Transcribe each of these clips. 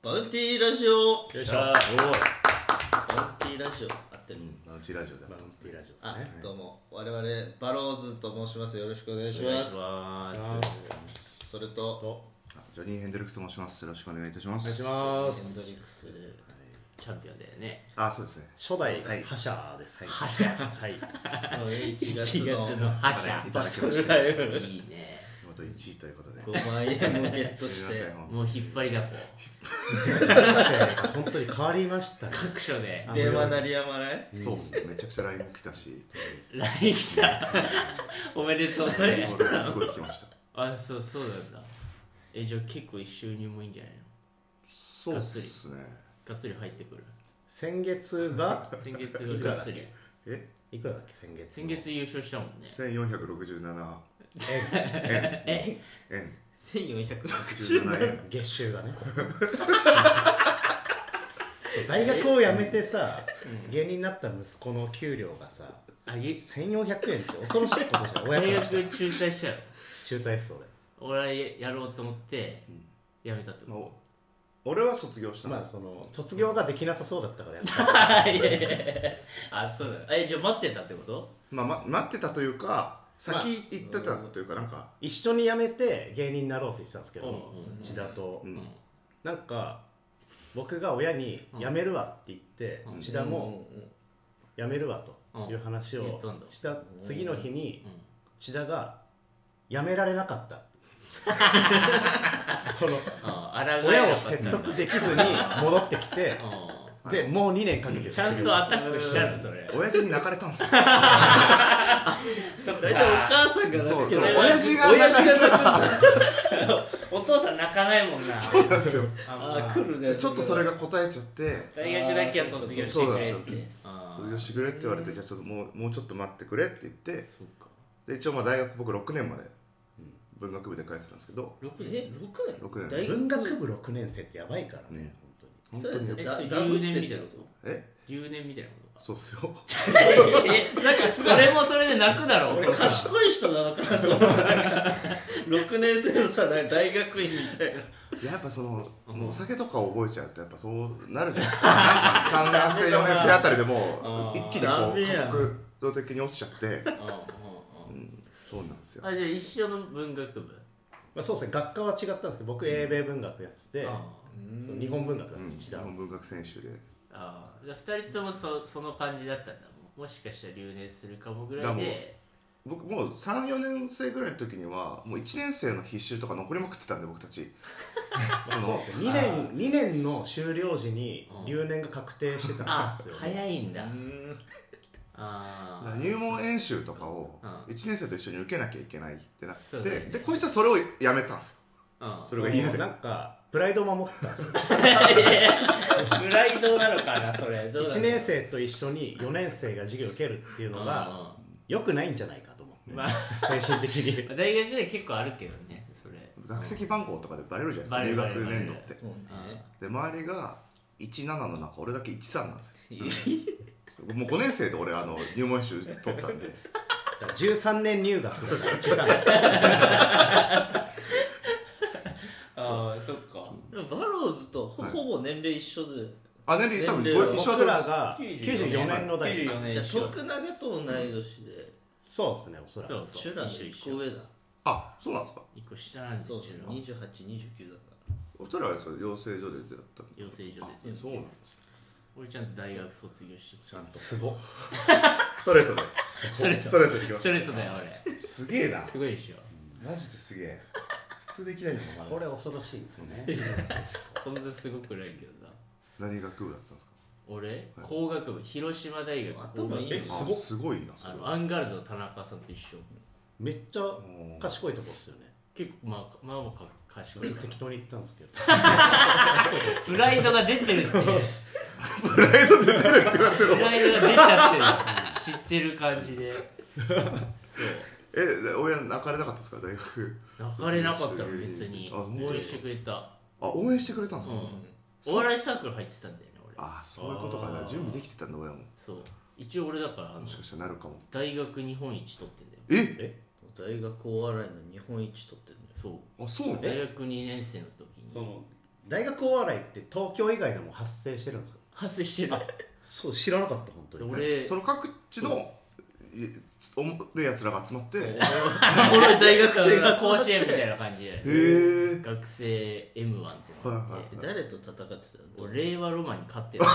バウンティーラジオよいしおょいバウンティーラジオ合ってるマウンチラジオだバウンティーラジオですあね、どうも我々バローズと申しますよろしくお願いしお願まいしすまそれ ととあジョニー・ヘンドリックスと申しますよろしくお願いいたしまおす願いしまヘンドリすックスはいチャンピオンだよね。あそうですね初代はい覇者ですは覇者はいの1 1月月のの覇者い。たバだきスまぐしたらいいいね。地元1位ということで5万円をゲットすしみてません本当にもう引っ張りだこ。人生が本当に変わりましたね各所であ。電話鳴りやまないそうですねめちゃくちゃ LINE も来たし LINE 来た。おめでとうっ俺て。すごい来ましたあ、そう、そうなんだ。え、じゃあ結構一周入もいいんじゃないそうですねのがっつり入ってくる。先月が先月ががっつり。えいくらだっけ先月先月優勝したもんね。 1467え円え、円1460 17円月 収がねそう大学を辞めてさ芸人になった息子の給料がさあげ、 1400円って恐ろしいことじゃん親か大らしたら学中退したよ。中退しそうで俺はややろうと思ってん、やめたってこお俺は卒業したんまあですその卒業ができなさそうだったからやっと。ぱはいやいやいや。あ、そうだ。え、じゃあ待ってたってことまあま待ってたというか先行ってたというかなんか一緒に辞めて芸人になろうって言ってたんですけうんどうん千田とうんなんか僕が親に「辞めるわ」って言ってうん千田も「辞めるわ」という話うん言をったんだした次の日にうん千田が「辞められな かった」このあら親を説得できずに戻ってき てでもう2年かけてちゃん卒業とアタックしちゃうのそれ親父に泣かれたん ですよそっか大体お母さんがそうけそうど親父が親泣か父れたが泣くんだお父さん泣かないもんなそうなんですよああー来るねちょっとそれが答えちゃって大学だけは卒業してくれって卒業してくれって言われてじゃあちょっともうもうちょっと待ってくれって言ってそっかで一応まあ大学僕6年まで文学部で通ってたんですけど6え六六年年大文学部6年生ってやばいからねね本当本にそ当うにだねえだそれダブっ留て年みってたいなこことえ留年みたいなことかそうっすよえなんかそれもそれで泣くだろ俺お父さん賢い人なのかなと思うなんか6年生のさなんか大学院みたいなやっぱそのうんもうお酒とかを覚えちゃうとやっぱそうなるじゃないですかなんか3年生4年生あたりでもあうー一気にこダうメ家やん族動的に落ちちゃってうんうんううんんそうなんですよあじゃあ一緒の文学部まあそうですね学科は違ったんですけど僕英米文学やっててあそう日本文学だうったんんです日千田は本文学選手でああじゃあ2人ともそその感じだったんだもんもしかしたら留年するかもぐらいだもで僕もう34年生ぐらいの時にはもう1年生の必修とか残りまくってたんで僕 たちまあそうですね2あ年二年の終了時にうん留年が確定してたんあですよ早いんだ、うんああ入門演習とかをうん1年生と一緒に受けなきゃいけないってなっそて、うだよねでこいつはそれをやめたんですようんそれが嫌もうでなんかプライドを守ったん ですよプライドなのかなそれどうなの1年生と一緒に4年生が授業受けるっていうのが良くないんじゃないかと思って、うんまあ精神的に大学で結構あるけどねそれ学籍番号とかでバレるじゃバないレでするかバレる入学年度ってそうねで周りが17の中俺だけ13なんですよいいもう5年生で俺あの入門演習取ったんで13年入学だから1 ああそっか でもバローズとほ,、はいぼ年齢一緒であ年齢多分年齢はご一緒僕だらと思が94年の代94年じゃあ一緒徳永と同い年で、そうですねおそらそくうそチうュラの一緒1一個緒上だあそうなんですか一個下なんですそようそう2829だかお二人はあれですか養成所で出会ったの養成所であそうなんですよ俺ちゃんと大学卒業してちゃんとすごっストレートですストレートストレートでいきまスすトレートだよ俺すげえなすごいでしょマジですげえ普通できないのかなこれ恐ろしいですよ ねそんなすごくないけどな何学部だったんですか俺工学部広島大学工頭学いい部ねえすごあっすごいなそあれのアンガールズの田中さんと一緒めっちゃもう賢いとこっすよね結構まあまあまあか賢いから適当に言ったんですけどプライドが出てるっていうプライド出てるって言われてプるライドが出ちゃってる知ってる感じでそうえで親泣かれなかったですか大学泣かれなかったの別にあ本当応援してくれたあ応援してくれたんですうか、んお笑いサークル入ってたんだよね俺あそういうことかなあー準備できてたんだ親もそう一応俺だからあのもしかしたらなるかも大学日本一取ってんだよえら大学お笑いの日本一取ってるんだよそうあそうなの大学2年生の時にその大学お笑いって東京以外でも発生してるんですか発生してるそう知らなかった本当でに俺その各地のいおもろいやつらが集まってへ おもろい大学生が 甲子園みたいな感じでえ学生 M1 ってのがあって誰と戦ってたの俺令和ロマンに勝ってんのチ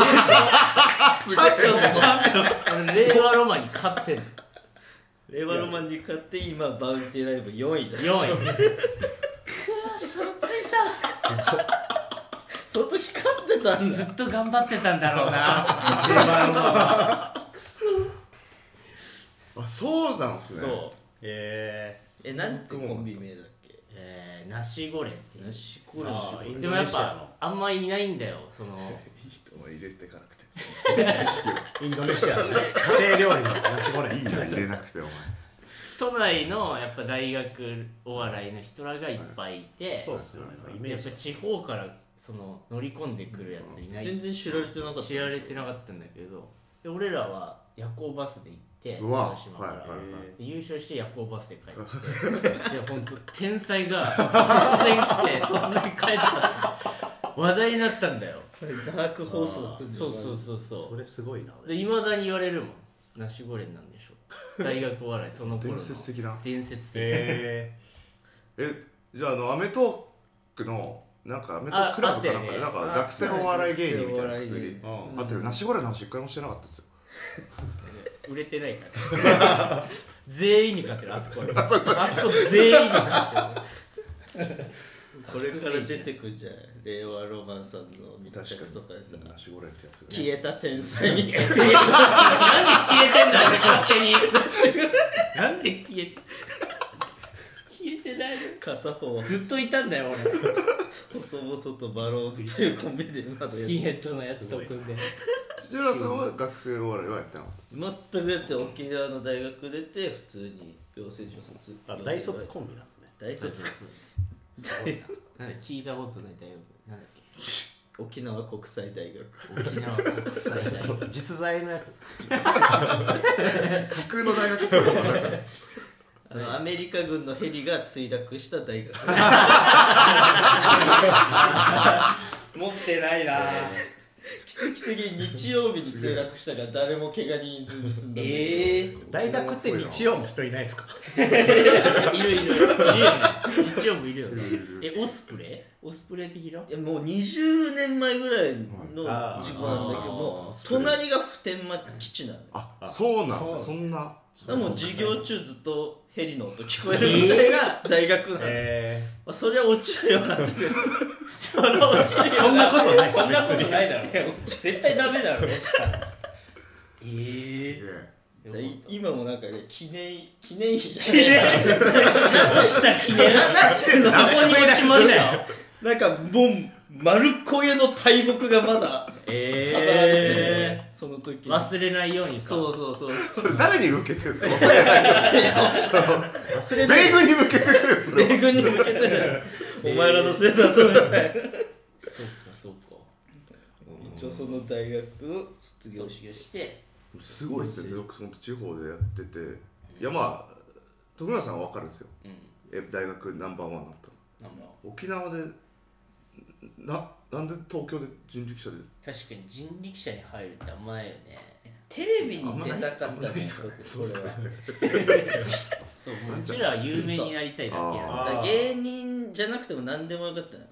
ャンピオンだチャンピオン俺令和ロマンに勝ってんの令和ロマンに勝って今バウンティーライブ4位だ4位それついたその時勝ってたんずだっと頑張ってたんだろうな令和ロマンは あそうなんすねそうええなんてコンビ名だっけえーナシゴレンっていうシコー、ルシあーインでドもやネっシアぱあんまいないんだよその 人は入れていかな くて知識をのインドネシアのね家庭料理のナシゴレンいいな入れなくてお前都内のやっぱ大学お笑いの人らがいっぱいいてそうっすよねイメやーっぱジ地方からその乗り込んでくるやついない全然知られてなかった知られてなかったんだけどで俺らは夜行バスで行ってうわ広島から、はいはいはいで優勝して夜行バスで帰っ てきてで本当天才が突然来て突然帰った話題になったんだよダーク放送だったんだそうそうそうそそれすごいなうでいまだに言われるもんナシゴレンなんでしょ大学お笑いその頃の伝説的な伝説的ええじゃああのアメトークのなんかアメトーあククラブかなあっんたかよねでなんか学生お笑い芸人みたいな学生お笑い芸人くー、あったよなしごらなんし一回もしてなかったですよ売れてないから全員に勝ってるあそ こあそこ全員に勝ってるこれから出てくんじゃん令和ロマンさんの密着とかでさなしごらってやつが消えた天才みたいななんで消えてんだ俺勝手になんで消え消えてない片方ずっといたんだよ細々とバローズというコンビでまだ俺スキンヘやってッドのやつと組んで藤原さんは学生お笑いはやってなかっ全くやって沖縄の大学出て普通に養成所卒あ大卒コンビなん ですね大卒大なんで聞いたことない大学なんだっ沖縄国際大学け沖縄国際大学 実在のやつですかた架空の大学っていうのがなんかあのアメリカ軍のヘリが墜落した大学持ってないな奇跡的に日曜日に墜落したが誰も怪我人ずに済んだんだけどええ大学って日曜も人いないですかいるいるいるよね日曜もいるよねえオスプレイオスプレイ的ないやもう20年前ぐらいのはい事故なんだけどあーもう隣が普天間基地なのあそうなんすそうそんなでもう授業中ずっとヘリの音聞こえるみたいな大学なの、えまあ、そりゃ落ちるようになってくるそりゃ落ちるよー、そんなことないそんなこと別にないだろ絶対ダメだろ落ちたらえええい今もなんかね記念記念碑じゃ記念ない 何した記念ななんていうのどこに落ちましたよなんかもう丸小屋の大木がまだ飾られてるえねその時えに忘れないようにかそうそうそうえそそれ誰に向けてるんですか忘れない忘れない米軍に向けてくるんですうそれ米は軍に向けてお前らのせいだぞみたいなそうかそうか一応その大学を卒業卒し業してすごいっすね僕本当地方でやってていやまあ徳永さんは分かるんですようんえ大学ナンバーワンになったのなんだろ沖縄でななんで東京で人力車でう確かに人力車に入るって甘いよねテレビに出たかあっんまたないですかねそれそうっすはかそううちらは有名になりたいだけやだあから芸人じゃなくても何でもよかったのよ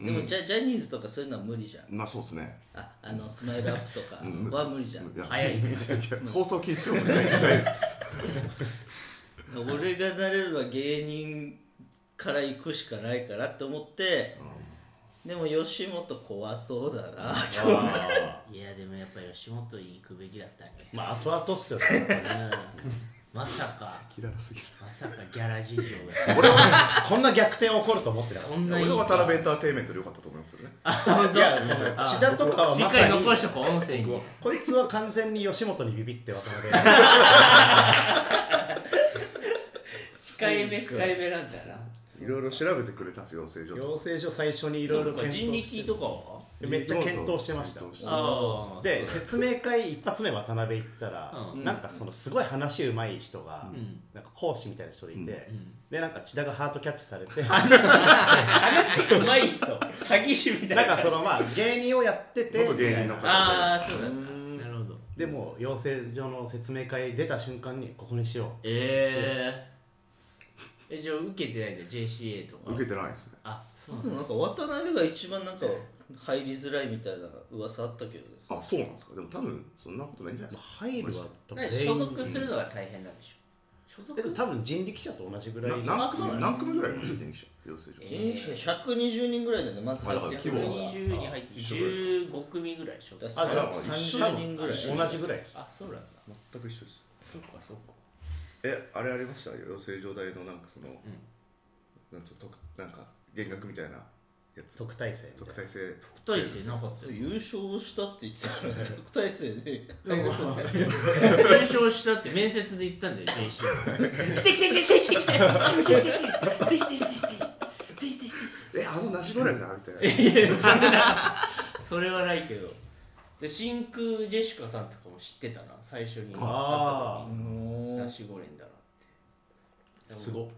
うんでも、うんジャジャニーズとかそういうのは無理じゃんまあそうですねああのスマイルアップとかうんは無理じゃん、や早いねやや放送禁止用語ないないです俺がなれるのは芸人から行くしかないからって思ってでも吉本怖そうだなって思っていやでもやっぱ吉本行くべきだったねまあ後々っすよねうんまさかキララすぎるまさかギャラ事情が俺はこんな逆転起こると思ってなかっそんな俺にの渡辺エンターテインメントでよかったと思いますよねたいやその千田とかはしまっかりさに残しとこう音声にこいつは完全に吉本にビビって渡辺控えめ控えめなんだない ろいろ調べてくれたんですよ養成所とか養成所最初にいいろいろ人力とかはでめっちゃ検討してました検討してああで説明会一発目渡辺行ったら、うんなんかそのすごい話うまい人が、うんなんか講師みたいな人でいて、うんでなんか千田がハートキャッチさ れて話うまい人詐欺師みたいななんかそのまあ芸人をやってて元芸人のみたいなああそうだうっーんたなるほどでもう養成所の説明会出た瞬間にここにしよえええじゃあ受けてないんだ JCA とか受けてないですねあそうなんでだもなんか渡辺が一番なんか入りづらいみたいな噂あったけどですねあそうなんですかでも多分そんなことないんじゃないうですか入るは多分なんか全員所属するのが大変なんでしょ所え属多分人力車と同じぐらいなあ何そうな組んだ何組ぐらいいました電気車養成所え人生120人ぐらいなんでまず入って規模が120に入って一緒ぐらい15組ぐらい所属だあからあじゃあ30人ぐらい同じぐらいですそうなんだ全く一緒ですそっかそっかえあれありました養成所大のなんかその、んなんつうのとなんか減額みたいなやつ特待生みたい特な待生二人してなかったよ優勝したって言ってたのに特待生で優勝したって面接で言ったんだよ JCA 来て来て来て来て来て来て来てぜひぜひぜひぜひぜひぜえあのなしぐらいだみたいなひいやいやそんなそれはないけどで真空ジェシカさんとかも知ってたな最初にあ会った時にもナうシゴレンだなってすごっ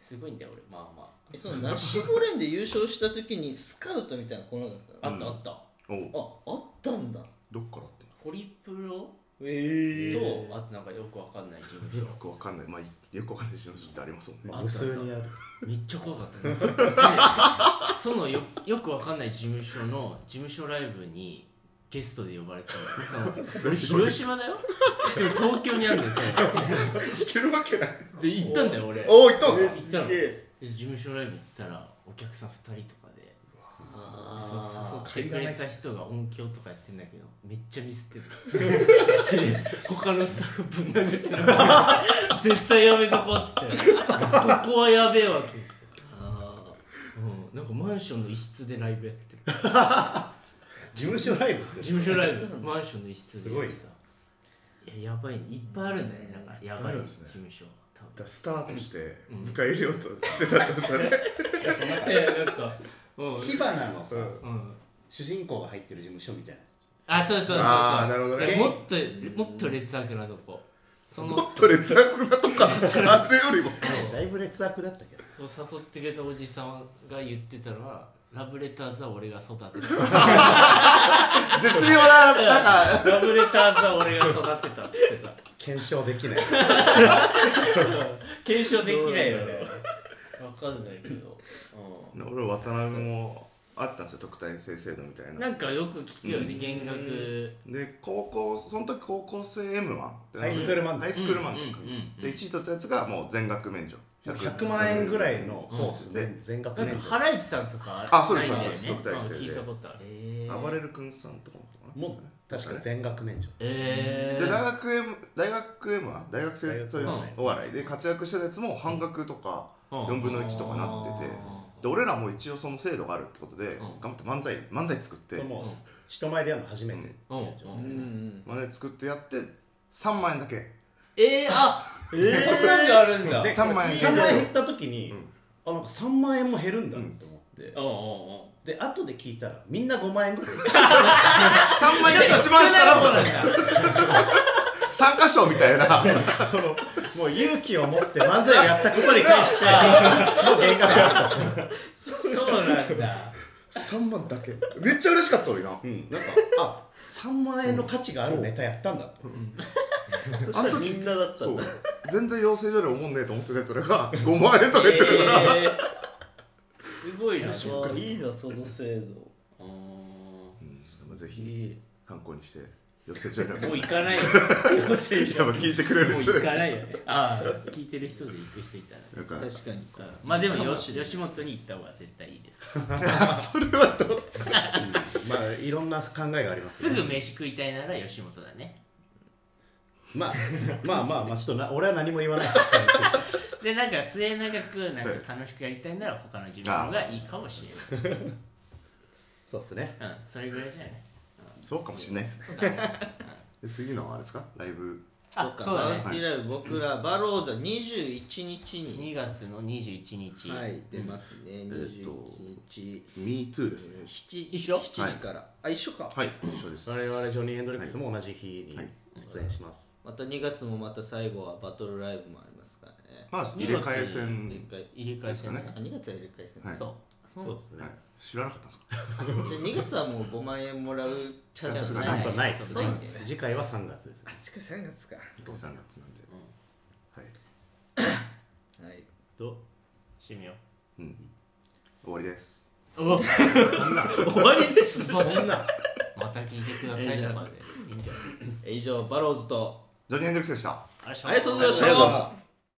すごいんだよ俺まあまえそのナシゴレンで優勝した時にスカウトみたいなの来なかったあのあったあったおうああったんだどっからってホリプロえと、えあとなんかよくわかんない事務よ所くわかんないまあよくわかんない事務所ってありますもんねあ無数にあるめっちゃ怖かったねそのよよくわかんない事務所の事務所ライブにゲストで呼ばれたのその広島だよでも東京にあるんだよ弾けるわけないそれで行ったんだよ俺でおお行ったんすか行ったのすげえ事務所ライブ行ったらお客さん2人とかであそう誘ってくれた人が音響とかやってんだけどめっちゃミスってたで他のスタッフぶん殴ってる絶対やめとこうっつってここはやべえわけあうん、なんかマンションの一室でライブやってる 事務所ライブですよ事務所ライ ブマンションの一室すでごやいってさいややばいねいっぱいあるんだよねなんかやばいいっぱいあるん事ですね務所はだスタートしてうん迎え入れようとしてたってことですよね多分いやなんかうん、う火花のさ、うんん、主人公が入ってる事務所みたいなやつあそうそうそうそうあーなるほどねいやもっともっと劣悪なとこ そものっと劣悪なとかあれよ りもだいぶ劣悪だったけどそう誘ってくれたおじさんが言ってたのはラブレターズは俺が育てた 絶妙ななんかラブレターズは俺が育てたって言ってた検証でき ない検証できないよね わかんないけど、うん俺渡辺もあったんですよ特待生制度みたいななんかよく聞くよね、減額。で高校その時高校生 M1 ハイスクール漫才ハイスクール漫才かうんうんうんうんで1位取ったやつがもう全額免除100万円ぐらいのコースうでん全額なん免か除ハライチさんとかあそうですないんだよそうです特待生ねで聞いたことある。え暴れる君さんとかもも確かに全額免除えでー、大学 M 大学 M は大学生という大学お笑いで活躍してたやつも半額とかうん4分の1とかなっててあーで俺らも一応その制度があるってことでん頑張って漫才漫才作ってそのうん人前でやるの初めてうんうん漫才作ってやって3万円だけえー、あ、えー、そんなのがあるんだ。で3万円3万円減った時にうんあなんか3万円も減るんだって思ってうんうんうん。で後で聞いたらみんな5万円ぐらいです 3万円で一番下だったのだ。参加賞みたい なこのもう勇気を持って漫才をやったことに対してもう減額だったそうなんだ。 3万だけめっちゃ嬉しかった俺なうんなんかあ3万円の価値があるネタやったんだとうんそしたらみんなだったそんうだ全然養成所で思んねえと思ってたやつらが5万 円とか言ってたから、えーすごいうな。わいいなその制度うんうんぜひ参考にして養成所選もうぶ行かないよ。やっぱ聞いてくれるもう人行でかすないよね。ああ、聞いてる人で行く人いたら。なんか確かにうんまあでもよし吉本に行った方が絶対いいですそれはどうですかまあいろんな考えがありますすねぐ飯食いたいなら吉本だねまあまあまあまあちょっとな俺は何も言 わないですそれについてでなんか末永くなんか楽しくやりたいなら他の事務所の方がいいかもしれそうですねない、うん、それぐらいじゃないそうかもしれないですねで次のあれですかライブそっかそうだねバウンティーライブ僕らバローザ21日に2月の21日はい出ますねえっと21日 MeToo ですね7一緒7時からあ一緒かはい一緒です我々ジョニー・エンドリックスも同じ日に出演します、また2月もまた最後はバトルライブもありますからねまあ入れ替え戦入れ替え入れ替え戦ねですあ2月は入れ替え戦はいそうそうそうですね、はい知らなかったんですかじゃあ2月はもう5万円もらうチャンスはないチャンスはないでですすねね次回は3月ですあねそっか3月か3月なんではいはいとしてみようん終わりですうお終わりですそんな また聞いてくださいとかでいいんじゃない以上バローズとジョニー・エンドリックスでしたありありがとうございましたありがとうございました